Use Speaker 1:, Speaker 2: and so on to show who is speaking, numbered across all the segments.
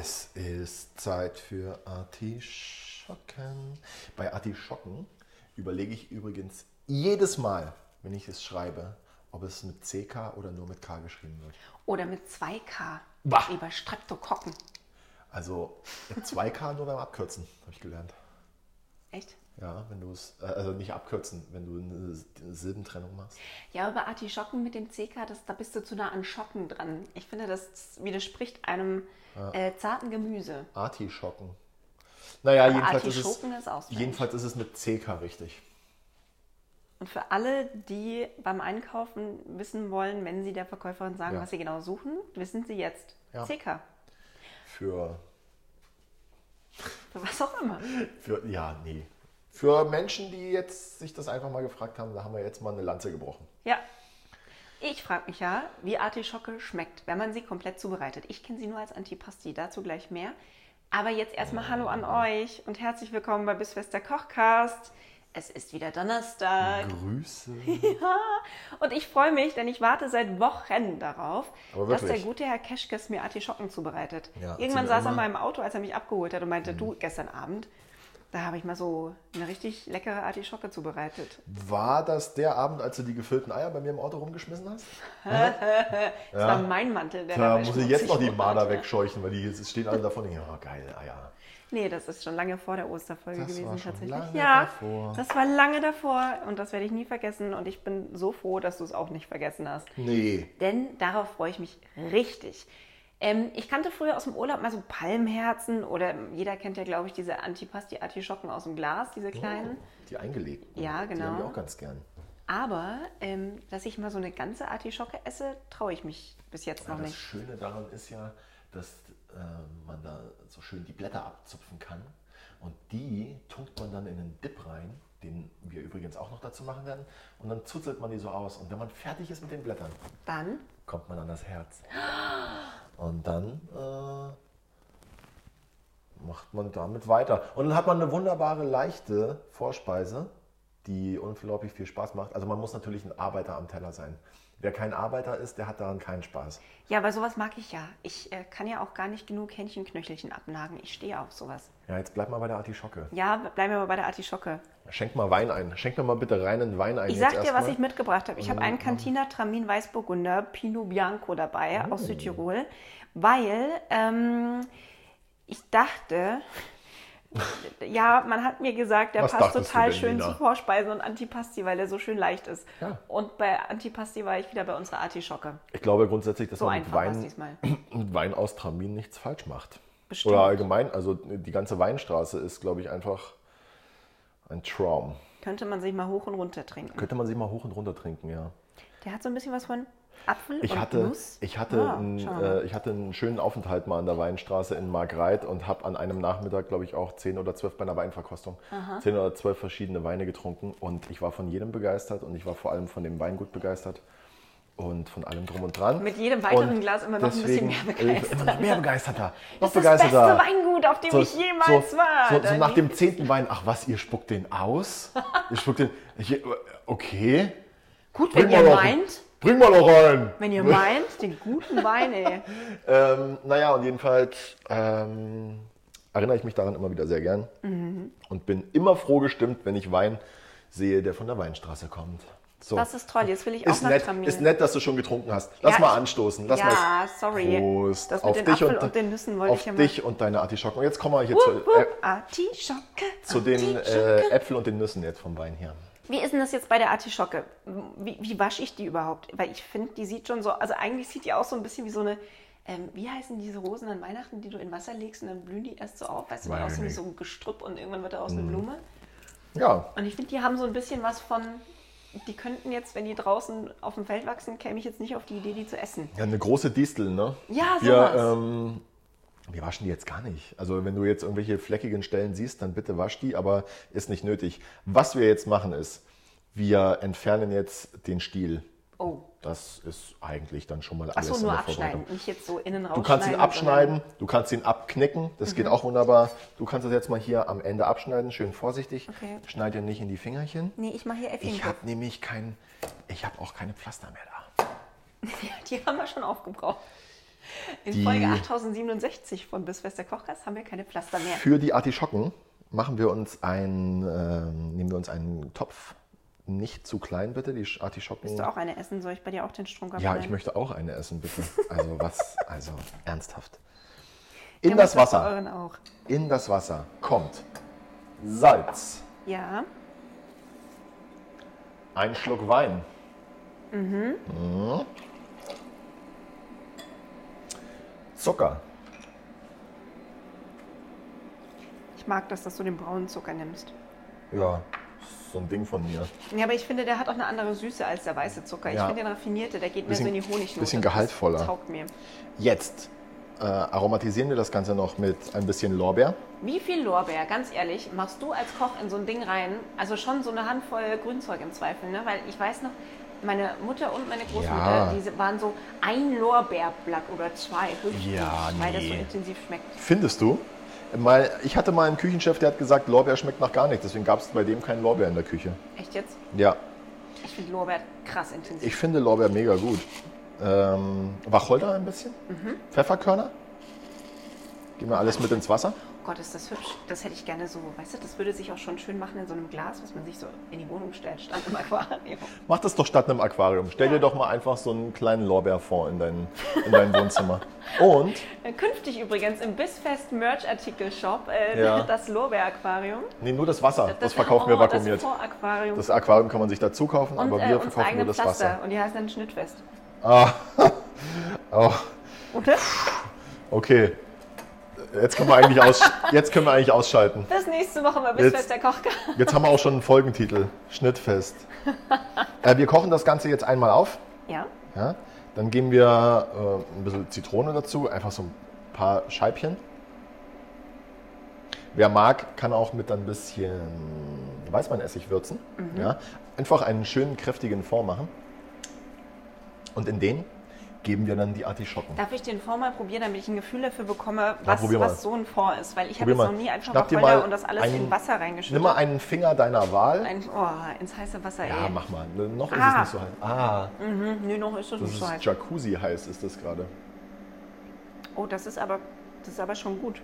Speaker 1: Es ist Zeit für Artischocken. Bei Artischocken überlege ich übrigens jedes Mal, wenn ich es schreibe, ob es mit CK oder nur mit K geschrieben wird.
Speaker 2: Oder mit 2K.
Speaker 1: Bah.
Speaker 2: Über Streptokokken.
Speaker 1: Also mit 2K nur beim Abkürzen, habe ich gelernt.
Speaker 2: Echt?
Speaker 1: Ja, wenn du es, äh, also nicht abkürzen, wenn du eine S- Silbentrennung machst.
Speaker 2: Ja, über Artischocken mit dem CK, das, da bist du zu nah an Schocken dran. Ich finde, das widerspricht einem äh, zarten Gemüse.
Speaker 1: Artischocken. Naja, jedenfalls ist, es,
Speaker 2: Artischocken ist auswendig.
Speaker 1: jedenfalls ist es mit CK richtig.
Speaker 2: Und für alle, die beim Einkaufen wissen wollen, wenn sie der Verkäuferin sagen,
Speaker 1: Ja.
Speaker 2: was sie genau suchen, wissen sie jetzt
Speaker 1: Ja.
Speaker 2: CK.
Speaker 1: Für
Speaker 2: Für was auch immer.
Speaker 1: Für, ja, nee. Für Menschen, die jetzt sich das einfach mal gefragt haben, da haben wir jetzt mal eine Lanze gebrochen.
Speaker 2: Ja. Ich frage mich ja, wie Artischocke schmeckt, wenn man sie komplett zubereitet. Ich kenne sie nur als Antipasti, dazu gleich mehr. Aber jetzt erstmal Hallo an euch und herzlich willkommen bei Bissfest der Kochcast. Es ist wieder Donnerstag.
Speaker 1: Genau. Grüße.
Speaker 2: Und ich freue mich, denn ich warte seit Wochen darauf,
Speaker 1: Aber
Speaker 2: dass der
Speaker 1: wirklich?
Speaker 2: gute Herr Keschkes mir Artischocken zubereitet.
Speaker 1: Ja,
Speaker 2: Irgendwann
Speaker 1: sind
Speaker 2: saß er in
Speaker 1: immer- Mhm.
Speaker 2: meinem Auto, als er mich abgeholt hat und meinte, du, gestern Abend, da habe ich mal so eine richtig leckere Artischocke zubereitet.
Speaker 1: War das der Abend, als du die gefüllten Eier bei mir im Auto rumgeschmissen hast?
Speaker 2: Das war mein Mantel, der
Speaker 1: Da
Speaker 2: dabei
Speaker 1: muss ich
Speaker 2: schmutzig
Speaker 1: jetzt noch die
Speaker 2: wurde.
Speaker 1: Marder wegscheuchen, weil die es stehen alle davon. Ja, geil, Eier.
Speaker 2: Nee, das ist schon lange vor der Osterfolge
Speaker 1: Das
Speaker 2: gewesen
Speaker 1: war schon
Speaker 2: tatsächlich.
Speaker 1: lange
Speaker 2: ja,
Speaker 1: davor.
Speaker 2: das war lange davor und das werde ich nie vergessen und ich bin so froh, dass du es auch nicht vergessen hast.
Speaker 1: Nee.
Speaker 2: denn darauf freue ich mich richtig. Ähm, ich kannte früher aus dem Urlaub mal so Palmherzen oder ähm, jeder kennt ja, glaube ich, diese Antipasti-Artischocken aus dem Glas,
Speaker 1: Oh.
Speaker 2: diese kleinen.
Speaker 1: Die eingelegt.
Speaker 2: Ja,
Speaker 1: Die
Speaker 2: genau.
Speaker 1: haben wir auch ganz gern.
Speaker 2: Aber ähm, dass ich mal so eine ganze Artischocke esse, traue ich mich bis jetzt noch
Speaker 1: Das
Speaker 2: nicht.
Speaker 1: Schöne daran ist ja, dass ähm, man da so schön die Blätter abzupfen kann. Und die tunkt man dann in den Dip rein, den wir übrigens auch noch dazu machen werden. Und dann zuzelt man die so aus. Und wenn man fertig ist mit den Blättern,
Speaker 2: Dann
Speaker 1: kommt man an das Herz. Und dann äh, macht man damit weiter. Und dann hat man eine wunderbare, leichte Vorspeise, die unglaublich viel Spaß macht. Also man muss natürlich ein Arbeiter am Teller sein. Wer kein Arbeiter ist, der hat daran keinen Spaß.
Speaker 2: Ja, aber sowas mag ich ja. Ich äh, kann ja auch gar nicht genug Hähnchenknöchelchen abnagen. Ich stehe auf sowas.
Speaker 1: Ja, jetzt bleib mal bei der Artischocke.
Speaker 2: Ja, bleiben wir mal bei der Artischocke.
Speaker 1: Schenk mal Wein ein. Schenk mir mal bitte rein einen Wein ein.
Speaker 2: Ich
Speaker 1: Äh, jetzt
Speaker 2: sag dir, was
Speaker 1: erstmal. Also,
Speaker 2: ich mitgebracht habe. Ich habe einen Cantina Tramin Weißburgunder Pinot Bianco dabei
Speaker 1: Oh.
Speaker 2: aus Südtirol, weil ähm, ich dachte, ja, man hat mir gesagt, der
Speaker 1: Was
Speaker 2: passt
Speaker 1: dachtest du
Speaker 2: total
Speaker 1: denn,
Speaker 2: schön
Speaker 1: Nina?
Speaker 2: zu Vorspeisen und Antipasti, weil der so schön leicht ist.
Speaker 1: Ja.
Speaker 2: Und bei Antipasti war ich wieder bei unserer Artischocke.
Speaker 1: Ich glaube grundsätzlich, dass
Speaker 2: So
Speaker 1: man mit
Speaker 2: einfach war's
Speaker 1: Wein,
Speaker 2: diesmal.
Speaker 1: mit Wein aus Tramin nichts falsch macht.
Speaker 2: Bestimmt.
Speaker 1: Oder allgemein, also die ganze Weinstraße ist, glaube ich, einfach ein Traum.
Speaker 2: Könnte man sich mal hoch und runter trinken.
Speaker 1: Könnte man sich mal hoch und runter trinken, ja.
Speaker 2: Der hat so ein bisschen was von Apfel
Speaker 1: Ich
Speaker 2: und
Speaker 1: hatte,
Speaker 2: Nuss.
Speaker 1: ich, hatte
Speaker 2: Ah,
Speaker 1: einen,
Speaker 2: schau mal.
Speaker 1: äh, ich hatte einen schönen Aufenthalt mal an der Weinstraße in Margreit und habe an einem Nachmittag, glaube ich, auch zehn oder zwölf bei einer Weinverkostung, zehn oder zwölf verschiedene Weine getrunken und ich war von jedem begeistert und ich war vor allem von dem Weingut begeistert und von allem drum und dran.
Speaker 2: Mit jedem weiteren
Speaker 1: Und
Speaker 2: Glas immer noch ein
Speaker 1: deswegen-
Speaker 2: bisschen mehr
Speaker 1: äh, Immer noch mehr begeisterter. Noch
Speaker 2: das ist das beste
Speaker 1: begeisterter.
Speaker 2: Weingut, auf dem ich jemals
Speaker 1: so,
Speaker 2: war.
Speaker 1: So, so nach
Speaker 2: Dani.
Speaker 1: dem zehnten Wein, ach was, ihr spuckt den aus? ihr spuckt den, ich, okay.
Speaker 2: Gut, wenn ihr
Speaker 1: mal noch-
Speaker 2: meint,
Speaker 1: Bring mal noch rein.
Speaker 2: wenn ihr meint, den guten Wein, ey.
Speaker 1: Ähm, naja, und jedenfalls ähm, erinnere ich mich daran immer wieder sehr gern
Speaker 2: Mhm.
Speaker 1: und bin immer froh gestimmt, wenn ich Wein sehe, der von der Weinstraße kommt. So.
Speaker 2: Das ist toll. Jetzt will ich auch
Speaker 1: Ist
Speaker 2: nach
Speaker 1: nett,
Speaker 2: Tramin.
Speaker 1: ist nett, dass du schon getrunken hast. Lass
Speaker 2: Ja,
Speaker 1: mal
Speaker 2: ich-
Speaker 1: anstoßen. Lass
Speaker 2: Ja,
Speaker 1: mal
Speaker 2: sorry.
Speaker 1: Prost.
Speaker 2: Das mit
Speaker 1: auf
Speaker 2: dem
Speaker 1: dich
Speaker 2: Apfel
Speaker 1: und,
Speaker 2: und den Nüssen wollte
Speaker 1: auf
Speaker 2: ich ja mal-
Speaker 1: dich und deine Artischocken. Und jetzt kommen wir hier
Speaker 2: Wupp,
Speaker 1: zu, äh,
Speaker 2: wupp. Artischocke.
Speaker 1: zu den
Speaker 2: Artischocke.
Speaker 1: äh, Äpfeln und den Nüssen jetzt vom Wein her.
Speaker 2: Wie ist denn das jetzt bei der Artischocke? Wie, wie wasche ich die überhaupt? Weil ich finde, die sieht schon so, also eigentlich sieht die auch so ein bisschen wie so eine, ähm, wie heißen diese Rosen an Weihnachten, die du in Wasser legst und dann blühen die erst so auf, weißt du, dann
Speaker 1: Weiß
Speaker 2: aus
Speaker 1: ich
Speaker 2: wie
Speaker 1: nicht. Mhm.
Speaker 2: so ein Gestrüpp und irgendwann wird daraus eine Blume.
Speaker 1: Ja,
Speaker 2: Und ich finde, die haben so ein bisschen was von, die könnten jetzt, wenn die draußen auf dem Feld wachsen, käme ich jetzt nicht auf die Idee, die zu essen.
Speaker 1: ja eine große Distel, ne?
Speaker 2: Ja,
Speaker 1: Wir
Speaker 2: sowas.
Speaker 1: ähm, Wir waschen die jetzt gar nicht. Also wenn du jetzt irgendwelche fleckigen Stellen siehst, dann bitte wasch die, aber ist nicht nötig. Was wir jetzt machen ist, wir entfernen jetzt den Stiel.
Speaker 2: Oh.
Speaker 1: Das ist eigentlich dann schon mal alles
Speaker 2: Achso,
Speaker 1: in
Speaker 2: nur
Speaker 1: der Vorbereitung.
Speaker 2: abschneiden, nicht jetzt so innen
Speaker 1: Du
Speaker 2: rausschneiden.
Speaker 1: kannst ihn
Speaker 2: sondern-
Speaker 1: abschneiden, du kannst ihn abknicken, das
Speaker 2: Mhm.
Speaker 1: geht auch wunderbar. Du kannst das jetzt mal hier am Ende abschneiden, schön vorsichtig.
Speaker 2: Okay.
Speaker 1: Schneid dir nicht in die Fingerchen.
Speaker 2: Nee, ich mache hier Äffchen.
Speaker 1: Ich habe nämlich kein, ich habe auch keine Pflaster mehr da.
Speaker 2: Die haben wir schon aufgebraucht. In
Speaker 1: Die-
Speaker 2: Folge 8067 von Bis Wester Kochgast haben wir keine Pflaster mehr.
Speaker 1: Für die Artischocken machen wir uns einen, ähm, nehmen wir uns einen Topf, nicht zu klein bitte, die Sch- Artischocken.
Speaker 2: Willst du auch eine essen? Soll ich bei dir auch den
Speaker 1: Oh.
Speaker 2: Strunk
Speaker 1: ja,
Speaker 2: abschneiden?
Speaker 1: ich möchte auch eine essen bitte. Also was, also ernsthaft. In
Speaker 2: Ja,
Speaker 1: das
Speaker 2: aber ich
Speaker 1: Wasser,
Speaker 2: mach Euren auch.
Speaker 1: in das Wasser kommt Salz,
Speaker 2: Ja,
Speaker 1: ein Schluck Wein. Mhm. Zucker.
Speaker 2: ich mag das, dass du den braunen Zucker nimmst.
Speaker 1: Ja, ist so ein Ding von mir.
Speaker 2: Ja, aber ich finde, der hat auch eine andere Süße als der weiße Zucker. Ich
Speaker 1: Ja.
Speaker 2: finde den raffinierte, der geht mehr so in
Speaker 1: Bisschen-
Speaker 2: die Honignote.
Speaker 1: bisschen
Speaker 2: Das
Speaker 1: gehaltvoller.
Speaker 2: taugt mir.
Speaker 1: Jetzt äh, aromatisieren wir das Ganze noch mit ein bisschen Lorbeer.
Speaker 2: Wie viel Lorbeer, ganz ehrlich, machst du als Koch in so ein Ding rein? Also schon so eine Handvoll Grünzeug im Zweifel, ne? Weil ich weiß noch, meine Mutter und meine Großmutter,
Speaker 1: Ja.
Speaker 2: die waren so ein Lorbeerblatt oder zwei, höchstens,
Speaker 1: Ja,
Speaker 2: weil das so
Speaker 1: nee.
Speaker 2: intensiv schmeckt.
Speaker 1: Findest du? Mal, ich hatte mal einen Küchenchef, der hat gesagt, Lorbeer schmeckt nach gar nichts. Deswegen gab es bei dem keinen Lorbeer in der Küche.
Speaker 2: Echt jetzt?
Speaker 1: Ja,
Speaker 2: Ich finde Lorbeer krass intensiv.
Speaker 1: ich finde Lorbeer mega gut. Ähm, Wacholder ein bisschen?
Speaker 2: Mhm.
Speaker 1: Pfefferkörner? Geben wir alles mit ins Wasser?
Speaker 2: oh Gott, ist das hübsch. Das hätte ich gerne so, weißt du, das würde sich auch schon schön machen in so einem Glas, was man sich so in die Wohnung stellt, statt im Aquarium.
Speaker 1: Mach das doch statt einem Aquarium. Stell dir doch mal einfach so einen kleinen Lorbeerfond in dein, in dein Wohnzimmer. Und
Speaker 2: Äh, Künftig übrigens im Bissfest Merch-Artikel-Shop äh,
Speaker 1: Ja.
Speaker 2: das Lorbeer-Aquarium.
Speaker 1: Nee, nur das Wasser. Das, verkaufen
Speaker 2: oh,
Speaker 1: wir vakuumiert.
Speaker 2: Das Voraquarium.
Speaker 1: Das, Aquarium kann man sich dazu kaufen,
Speaker 2: und
Speaker 1: aber
Speaker 2: äh,
Speaker 1: wir
Speaker 2: uns
Speaker 1: verkaufen
Speaker 2: eigene
Speaker 1: nur das
Speaker 2: Pflaster.
Speaker 1: Wasser. Ah.
Speaker 2: Und die heißen dann Schnittfest.
Speaker 1: Oh,
Speaker 2: Oder?
Speaker 1: okay. Jetzt können wir eigentlich, aus, jetzt können wir eigentlich ausschalten.
Speaker 2: Bis nächste Woche bei Bissfest der Kochgarten.
Speaker 1: Jetzt haben wir auch schon einen Folgentitel. Schnittfest. Äh, wir kochen das Ganze jetzt einmal auf.
Speaker 2: Ja.
Speaker 1: Ja? Dann geben wir äh, ein bisschen Zitrone dazu, einfach so ein paar Scheibchen. Wer mag, kann auch mit ein bisschen Weißweinessig würzen.
Speaker 2: Mhm.
Speaker 1: Ja? Einfach einen schönen, kräftigen Fond machen. Und in den geben wir dann die Artischocken.
Speaker 2: Darf ich den Fond mal probieren, damit ich ein Gefühl dafür bekomme, was,
Speaker 1: probier mal.
Speaker 2: was so ein Fond ist? Weil ich habe
Speaker 1: Probier mal.
Speaker 2: jetzt noch nie einfach
Speaker 1: Schnapp dir
Speaker 2: Wacholder
Speaker 1: mal
Speaker 2: und das alles
Speaker 1: einen-
Speaker 2: in Wasser
Speaker 1: Nimm
Speaker 2: reingeschüttet.
Speaker 1: mal einen Finger deiner Wahl.
Speaker 2: Ein, oh, ins heiße Wasser,
Speaker 1: ja,
Speaker 2: ey.
Speaker 1: mach mal. Noch ist
Speaker 2: Ah.
Speaker 1: es nicht so heiß. Ah,
Speaker 2: Mhm, nö, noch ist
Speaker 1: das
Speaker 2: das nicht so
Speaker 1: ist
Speaker 2: heiß.
Speaker 1: Jacuzzi heiß, ist das gerade.
Speaker 2: Oh, das ist aber... Das ist aber schon gut.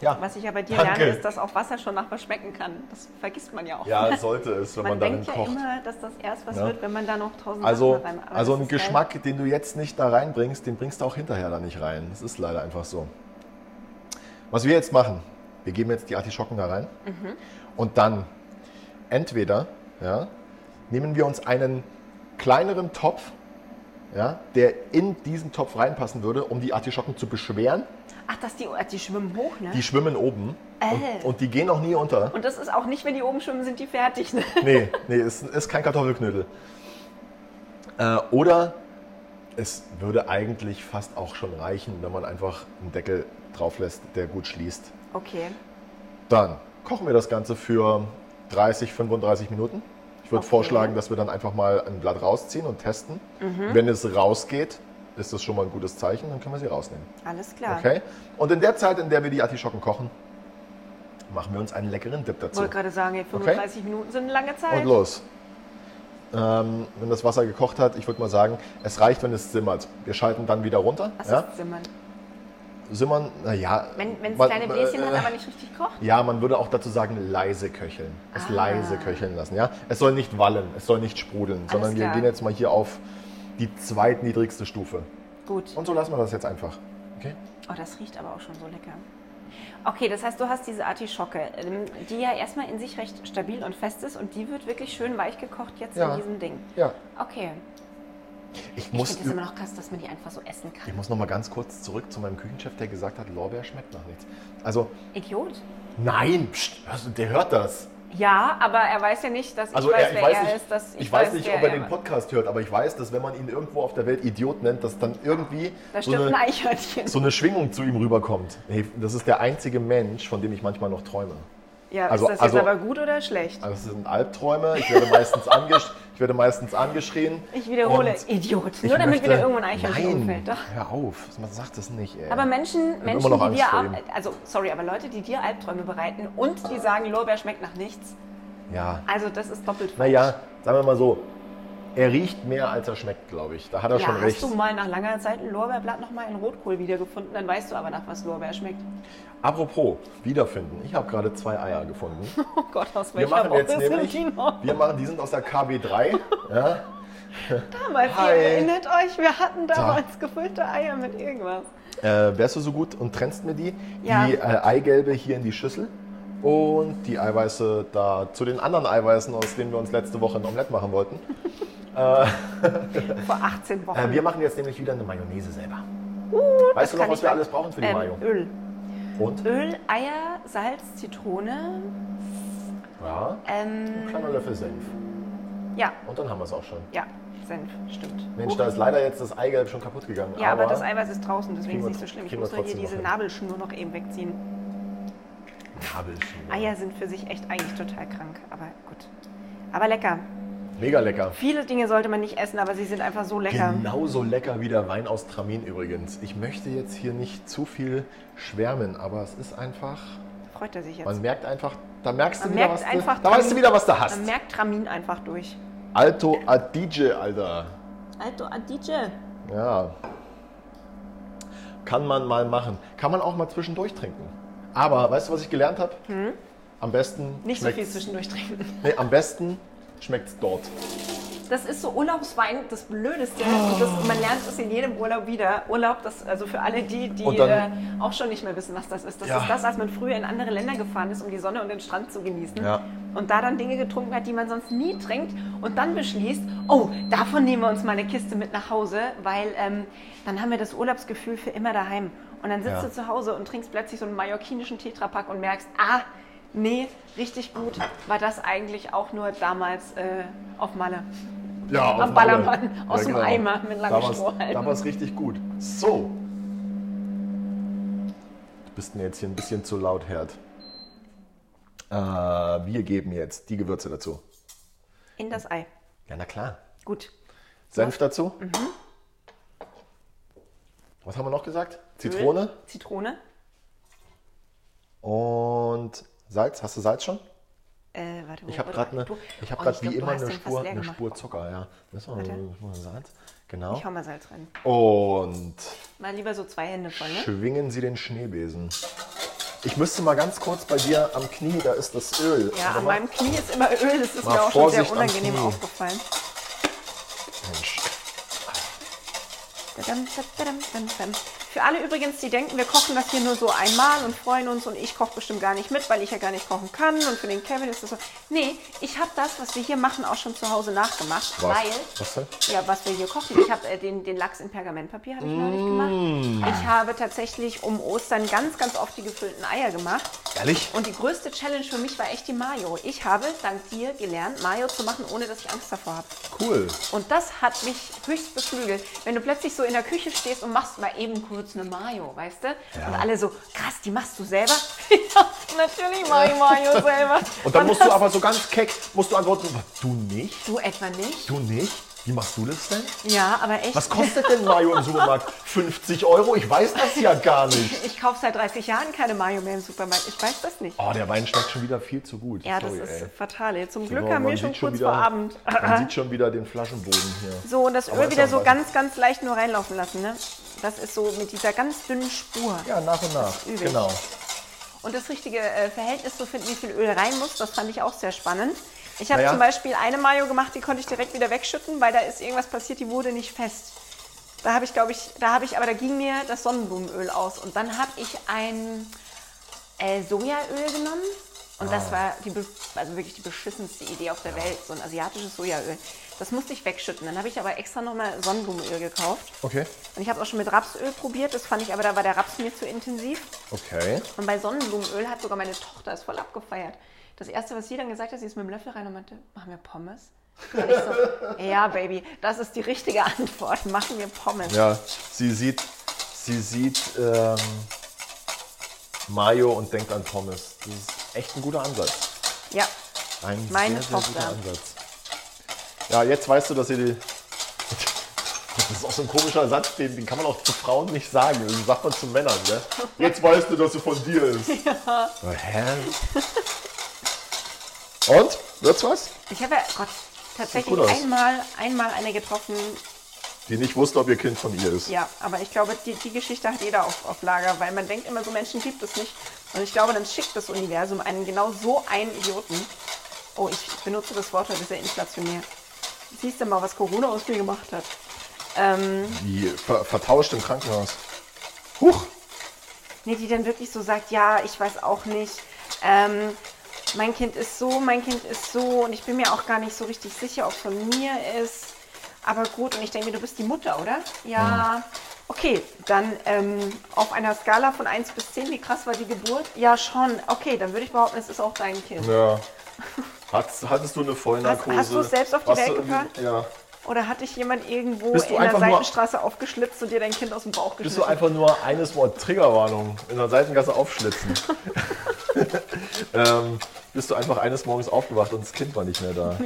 Speaker 1: Ja.
Speaker 2: Was ich ja bei dir
Speaker 1: Danke.
Speaker 2: lerne, ist, dass auch Wasser schon nach was schmecken kann. Das vergisst man ja auch.
Speaker 1: Ja, sollte es, wenn man,
Speaker 2: man
Speaker 1: darin
Speaker 2: denkt ja
Speaker 1: kocht.
Speaker 2: immer, dass das erst was
Speaker 1: Ja.
Speaker 2: wird, wenn man da noch tausend
Speaker 1: Also,
Speaker 2: Sachen rein aber
Speaker 1: also
Speaker 2: das
Speaker 1: ein
Speaker 2: ist geil.
Speaker 1: Geschmack, den du jetzt nicht da reinbringst, den bringst du auch hinterher da nicht rein. Das ist leider einfach so. Was wir jetzt machen, wir geben jetzt die Artischocken da rein
Speaker 2: Mhm.
Speaker 1: und dann entweder ja, nehmen wir uns einen kleineren Topf, ja, der in diesen Topf reinpassen würde, um die Artischocken zu beschweren.
Speaker 2: Ach, dass die, die schwimmen hoch, ne?
Speaker 1: Die schwimmen oben und,
Speaker 2: Äh.
Speaker 1: und die gehen auch nie unter.
Speaker 2: Und das ist auch nicht, wenn die oben schwimmen, sind die fertig. Ne?
Speaker 1: Nee, nee, es ist kein Kartoffelknödel. Äh, oder es würde eigentlich fast auch schon reichen, wenn man einfach einen Deckel drauf lässt, der gut schließt.
Speaker 2: Okay.
Speaker 1: Dann kochen wir das Ganze für 30, 35 Minuten. Ich würde
Speaker 2: Okay.
Speaker 1: vorschlagen, dass wir dann einfach mal ein Blatt rausziehen und testen.
Speaker 2: Mhm.
Speaker 1: Wenn es rausgeht, ist das schon mal ein gutes Zeichen, dann können wir sie rausnehmen.
Speaker 2: Alles klar.
Speaker 1: Okay? Und in der Zeit, in der wir die Artischocken kochen, machen wir uns einen leckeren Dip
Speaker 2: Ich
Speaker 1: dazu.
Speaker 2: wollte gerade sagen, ey, 35 Minuten sind eine lange Zeit.
Speaker 1: Und los. Ähm, wenn das Wasser gekocht hat, ich würde mal sagen, es reicht, wenn es simmert. Wir schalten dann wieder runter.
Speaker 2: Was
Speaker 1: ja?
Speaker 2: ist Zimmern?
Speaker 1: Simmern, naja.
Speaker 2: Wenn es
Speaker 1: man-
Speaker 2: kleine Bläschen hat,
Speaker 1: äh,
Speaker 2: aber nicht richtig kocht.
Speaker 1: Ja, man würde auch dazu sagen, leise köcheln. Es
Speaker 2: Ah.
Speaker 1: leise köcheln lassen, ja. Es soll nicht wallen, es soll nicht sprudeln, sondern wir
Speaker 2: klar.
Speaker 1: gehen jetzt mal hier auf die zweitniedrigste Stufe.
Speaker 2: Gut.
Speaker 1: Und so lassen wir das jetzt einfach. Okay?
Speaker 2: Oh, das riecht aber auch schon so lecker. Okay, das heißt, du hast diese Artischocke, ähm, die ja erstmal in sich recht stabil und fest ist und die wird wirklich schön weich gekocht jetzt
Speaker 1: Ja.
Speaker 2: in diesem Ding.
Speaker 1: Ja.
Speaker 2: Okay.
Speaker 1: Ich
Speaker 2: Ich
Speaker 1: muss,
Speaker 2: finde es immer noch krass, dass man die einfach so essen
Speaker 1: ich
Speaker 2: kann.
Speaker 1: muss noch mal ganz kurz zurück zu meinem Küchenchef, der gesagt hat, Lorbeer schmeckt nach nichts. Also,
Speaker 2: Idiot.
Speaker 1: nein, pst, hörst du, der hört das.
Speaker 2: Ja, aber er weiß ja nicht, dass ich
Speaker 1: Also
Speaker 2: weiß,
Speaker 1: er,
Speaker 2: wer
Speaker 1: ich, weiß
Speaker 2: er
Speaker 1: nicht,
Speaker 2: ist. Dass
Speaker 1: ich weiß nicht,
Speaker 2: wer
Speaker 1: ob er den Podcast hört, aber ich weiß, dass wenn man ihn irgendwo auf der Welt Idiot nennt, dass dann irgendwie
Speaker 2: Da
Speaker 1: so
Speaker 2: stirbt ein
Speaker 1: eine,
Speaker 2: Eichhörnchen.
Speaker 1: so eine Schwingung zu ihm rüberkommt. Hey, das ist der einzige Mensch, von dem ich manchmal noch träume.
Speaker 2: ja,
Speaker 1: also-
Speaker 2: ist das
Speaker 1: also-
Speaker 2: jetzt aber gut oder schlecht?
Speaker 1: Also es sind Albträume, ich werde meistens, angesch ich werde meistens angeschrien.
Speaker 2: Ich wiederhole,
Speaker 1: und
Speaker 2: Idiot.
Speaker 1: ich
Speaker 2: Nur damit
Speaker 1: möchte-
Speaker 2: wieder irgendwo ein Eichhörnchen
Speaker 1: Nein,
Speaker 2: umfällt. Doch.
Speaker 1: Hör auf, man sagt das nicht, ey.
Speaker 2: Aber Menschen, Menschen
Speaker 1: immer noch Angst
Speaker 2: die dir,
Speaker 1: vor
Speaker 2: Al-
Speaker 1: ihm.
Speaker 2: also sorry, aber Leute, die dir Albträume bereiten und die sagen, Lorbeer schmeckt nach nichts,
Speaker 1: ja.
Speaker 2: also das ist doppelt falsch.
Speaker 1: Naja, sagen wir mal so, er riecht mehr als er schmeckt, glaube ich. Da hat er
Speaker 2: Ja,
Speaker 1: schon
Speaker 2: hast
Speaker 1: recht.
Speaker 2: du mal nach langer Zeit ein Lorbeerblatt nochmal in Rotkohl wiedergefunden, dann weißt du aber, nach was Lorbeer schmeckt.
Speaker 1: Apropos, wiederfinden. Ich habe gerade zwei Eier gefunden.
Speaker 2: Oh Gott, aus
Speaker 1: Wir
Speaker 2: welcher
Speaker 1: machen
Speaker 2: Woche
Speaker 1: jetzt
Speaker 2: sind
Speaker 1: nämlich,
Speaker 2: die noch?
Speaker 1: wir machen, die sind aus der KB3. ja,
Speaker 2: Damals, ihr
Speaker 1: Hi.
Speaker 2: erinnert euch, wir hatten damals gefüllte Eier mit irgendwas.
Speaker 1: äh, wärst du so gut und trennst mir die?
Speaker 2: Ja.
Speaker 1: Die äh, Eigelbe hier in die Schüssel und die Eiweiße da zu den anderen Eiweißen, aus denen wir uns letzte Woche ein Omelett machen wollten.
Speaker 2: Vor 18 Wochen.
Speaker 1: Äh, wir machen jetzt nämlich wieder eine Mayonnaise selber.
Speaker 2: Oh. Uh, Das
Speaker 1: weißt du noch,
Speaker 2: kann
Speaker 1: was
Speaker 2: ich
Speaker 1: wir
Speaker 2: mal-
Speaker 1: alles brauchen für die
Speaker 2: ähm,
Speaker 1: Mayo?
Speaker 2: Öl.
Speaker 1: Und?
Speaker 2: Öl, Eier, Salz, Zitrone.
Speaker 1: Ja,
Speaker 2: Ähm,
Speaker 1: ein kleiner Löffel Senf.
Speaker 2: ja,
Speaker 1: Und dann haben wir es auch schon.
Speaker 2: ja, Senf, stimmt.
Speaker 1: Mensch, da ist leider jetzt das Eigelb schon kaputt gegangen.
Speaker 2: Uh. Ja, aber, das Eiweiß ist draußen, deswegen ist
Speaker 1: Kriegen
Speaker 2: es nicht
Speaker 1: wir
Speaker 2: so schlimm. Ich
Speaker 1: tr-
Speaker 2: muss nur
Speaker 1: kriegen wir
Speaker 2: hier diese
Speaker 1: trotzdem
Speaker 2: Nabelschnur noch eben wegziehen.
Speaker 1: Kabelschnur.
Speaker 2: Eier sind für sich echt eigentlich total krank, aber gut. Aber lecker.
Speaker 1: Mega lecker.
Speaker 2: Viele Dinge sollte man nicht essen, aber sie sind einfach so lecker.
Speaker 1: Genauso lecker wie der Wein aus Tramin übrigens. Ich möchte jetzt hier nicht zu viel schwärmen, aber es ist einfach,
Speaker 2: Freut er sich jetzt.
Speaker 1: man merkt einfach, da merkst du
Speaker 2: Man
Speaker 1: wieder,
Speaker 2: merkt
Speaker 1: was
Speaker 2: einfach
Speaker 1: du, da weißt du wieder, was du hast.
Speaker 2: Man merkt Ramin einfach durch.
Speaker 1: Alto Adige, Alter.
Speaker 2: Alto Adige.
Speaker 1: Ja. Kann man mal machen. Kann man auch mal zwischendurch trinken. Aber weißt du, was ich gelernt habe? Am besten
Speaker 2: Hm? Nicht so viel
Speaker 1: schmeckt's-
Speaker 2: zwischendurch trinken.
Speaker 1: nee, am besten schmeckt's dort.
Speaker 2: Das ist so Urlaubswein, das Blödeste. Und das, man lernt es in jedem Urlaub wieder. Urlaub, das also für alle die, die
Speaker 1: Und
Speaker 2: äh,
Speaker 1: dann-
Speaker 2: auch schon nicht mehr wissen, was das ist. Das
Speaker 1: Ja.
Speaker 2: ist das, als man früher in andere Länder gefahren ist, um die Sonne und den Strand zu genießen.
Speaker 1: Ja.
Speaker 2: Und da dann Dinge getrunken hat, die man sonst nie trinkt. Und dann beschließt, oh, davon nehmen wir uns mal eine Kiste mit nach Hause, weil ähm, dann haben wir das Urlaubsgefühl für immer daheim. Und dann sitzt
Speaker 1: Ja.
Speaker 2: du zu Hause und trinkst plötzlich so einen mallorquinischen Tetrapack und merkst, ah, nee, richtig gut war das eigentlich auch nur damals äh, auf Malle.
Speaker 1: Ja,
Speaker 2: Am
Speaker 1: Malle.
Speaker 2: Ballermann, aus dem Eimer mit langem
Speaker 1: da war's-
Speaker 2: Strohhalm.
Speaker 1: Da war es richtig gut. So. Du bist mir jetzt hier ein bisschen zu laut, Herd. Äh, wir geben jetzt die Gewürze dazu.
Speaker 2: In das Ei.
Speaker 1: Ja, na klar.
Speaker 2: Gut. Mhm.
Speaker 1: Senf dazu. Was haben wir noch gesagt? Zitrone
Speaker 2: Zitrone.
Speaker 1: und Salz. Hast du Salz schon?
Speaker 2: Äh, warte,
Speaker 1: Ich habe
Speaker 2: wo-
Speaker 1: gerade eine,
Speaker 2: du-
Speaker 1: ich habe
Speaker 2: Oh,
Speaker 1: gerade
Speaker 2: glaub,
Speaker 1: wie
Speaker 2: du
Speaker 1: immer
Speaker 2: hast
Speaker 1: eine
Speaker 2: den fast
Speaker 1: Spur,
Speaker 2: leer
Speaker 1: eine
Speaker 2: gemacht.
Speaker 1: Spur Zucker, ja. Das war
Speaker 2: Warte.
Speaker 1: Salz. Genau.
Speaker 2: Ich hau mal Salz rein.
Speaker 1: Und
Speaker 2: Mal lieber so zwei Hände voll, ne?
Speaker 1: Schwingen Sie den Schneebesen. Ich müsste mal ganz kurz bei dir am Knie, da ist das Öl.
Speaker 2: Ja,
Speaker 1: Aber
Speaker 2: an
Speaker 1: mal-
Speaker 2: meinem Knie ist immer Öl. Das ist
Speaker 1: Mal
Speaker 2: mir auch schon sehr
Speaker 1: Vorsicht am
Speaker 2: unangenehm
Speaker 1: Knie.
Speaker 2: aufgefallen.
Speaker 1: Mensch.
Speaker 2: Dadam, dadam, dadam. Für alle übrigens, die denken, wir kochen das hier nur so einmal und freuen uns und ich koche bestimmt gar nicht mit, weil ich ja gar nicht kochen kann und für den Kevin ist das so. Nee, ich habe das, was wir hier machen, auch schon zu Hause nachgemacht, weil
Speaker 1: Was denn?
Speaker 2: Ja, was wir hier kochen. Ich habe äh, den, den Lachs in Pergamentpapier habe ich noch nicht
Speaker 1: Mm.
Speaker 2: gemacht. Ich habe tatsächlich um Ostern ganz, ganz oft die gefüllten Eier gemacht.
Speaker 1: Ehrlich?
Speaker 2: Und die größte Challenge für mich war echt die Mayo. Ich habe dank dir gelernt, Mayo zu machen, ohne dass ich Angst davor habe.
Speaker 1: Cool.
Speaker 2: Und das hat mich höchst beflügelt. Wenn du plötzlich so in der Küche stehst und machst mal eben kurz eine Mayo, weißt du? Und alle so, krass, die machst du selber? ja, natürlich mache ich Mayo selber.
Speaker 1: Und dann musst
Speaker 2: das-
Speaker 1: du aber so ganz keck, musst du antworten, was, du nicht?
Speaker 2: Du etwa nicht?
Speaker 1: Du nicht? Wie machst du das denn?
Speaker 2: Ja, aber echt.
Speaker 1: Was kostet denn Mayo im Supermarkt? 50 Euro? Ich weiß das ja gar nicht.
Speaker 2: Ich kaufe seit 30 Jahren keine Mayo mehr im Supermarkt. Ich weiß das nicht.
Speaker 1: Oh, der Wein schmeckt schon wieder viel zu gut.
Speaker 2: Ja, das
Speaker 1: Sorry,
Speaker 2: ist
Speaker 1: ey.
Speaker 2: fatal. Zum
Speaker 1: So,
Speaker 2: Glück haben wir
Speaker 1: man
Speaker 2: schon
Speaker 1: sieht
Speaker 2: kurz
Speaker 1: wieder-
Speaker 2: vor Abend.
Speaker 1: Man sieht schon wieder den Flaschenboden hier.
Speaker 2: So, und das
Speaker 1: Aber
Speaker 2: Öl
Speaker 1: ist
Speaker 2: wieder
Speaker 1: auch
Speaker 2: so
Speaker 1: was.
Speaker 2: ganz, ganz leicht nur reinlaufen lassen. Ne? Das ist so mit dieser ganz dünnen Spur.
Speaker 1: Ja, nach und nach.
Speaker 2: übel.
Speaker 1: Genau.
Speaker 2: Und das richtige äh, Verhältnis zu finden, wie viel Öl rein muss, das fand ich auch sehr spannend. Ich habe
Speaker 1: Naja.
Speaker 2: zum Beispiel eine Mayo gemacht, die konnte ich direkt wieder wegschütten, weil da ist irgendwas passiert, die wurde nicht fest. Da habe ich, glaube ich, da habe ich, aber da ging mir das Sonnenblumenöl aus. Und dann habe ich ein äh, Sojaöl genommen. Und das war die, be- also wirklich die beschissenste Idee auf der Welt, so ein asiatisches Sojaöl. Das musste ich wegschütten. Dann habe ich aber extra nochmal Sonnenblumenöl gekauft.
Speaker 1: Okay.
Speaker 2: Und ich habe es auch schon mit Rapsöl probiert. Das fand ich aber, da war der Raps mir zu intensiv.
Speaker 1: Okay.
Speaker 2: Und bei Sonnenblumenöl hat sogar meine Tochter es voll abgefeiert. Das Erste, was sie dann gesagt hat, sie ist mit dem Löffel rein und meinte, machen wir Pommes? Und ich so, ja, Baby, das ist die richtige Antwort. Machen wir Pommes.
Speaker 1: Ja, sie sieht, sie sieht ähm, Mayo und denkt an Pommes. Das ist echt ein guter Ansatz.
Speaker 2: Ja.
Speaker 1: Ein
Speaker 2: Meine
Speaker 1: sehr, sehr guter
Speaker 2: Tochter.
Speaker 1: Ansatz. Ja, jetzt weißt du, dass ihr die. Das ist auch so ein komischer Satz, den, den kann man auch zu Frauen nicht sagen. Den sagt man zu Männern, gell? Jetzt weißt du, dass sie von dir ist. Ja. Hä? Und? Wird's was?
Speaker 2: Ich habe ja, Gott, tatsächlich
Speaker 1: gut aus.
Speaker 2: einmal, einmal eine getroffen.
Speaker 1: Die nicht wusste, ob ihr Kind von ihr ist.
Speaker 2: Ja, aber ich glaube, die, die Geschichte hat jeder auf, auf Lager, weil man denkt immer, so Menschen gibt es nicht. Und ich glaube, dann schickt das Universum einen genau so einen Idioten. Oh, ich benutze das Wort heute sehr inflationär. Siehst du mal, was Corona aus mir gemacht hat. Ähm,
Speaker 1: Die ver vertauscht im Krankenhaus. Huch!
Speaker 2: Nee, Ne, die dann wirklich so sagt, ja, ich weiß auch nicht. Ähm, mein Kind ist so, mein Kind ist so und ich bin mir auch gar nicht so richtig sicher, ob von mir ist. Aber gut, und ich denke mir, du bist die Mutter, oder? Ja. Okay, dann ähm, auf einer Skala von 1 bis 10, wie krass war die Geburt? Ja, schon. Okay, dann würde ich behaupten, es ist auch dein Kind.
Speaker 1: Ja. Hat's, hattest du eine Vollnarkose?
Speaker 2: Hast- hast du es selbst auf die
Speaker 1: Hast
Speaker 2: Welt
Speaker 1: du irgendwie- Ja.
Speaker 2: Oder hat dich jemand irgendwo
Speaker 1: Bist du
Speaker 2: in der
Speaker 1: einfach nur-
Speaker 2: Seitenstraße aufgeschlitzt und dir dein Kind aus dem Bauch
Speaker 1: Bist du
Speaker 2: geschnitten?
Speaker 1: einfach nur eines Wort Triggerwarnung in der Seitengasse aufschlitzen? ähm, bist du einfach eines Morgens aufgewacht und das Kind war nicht mehr da?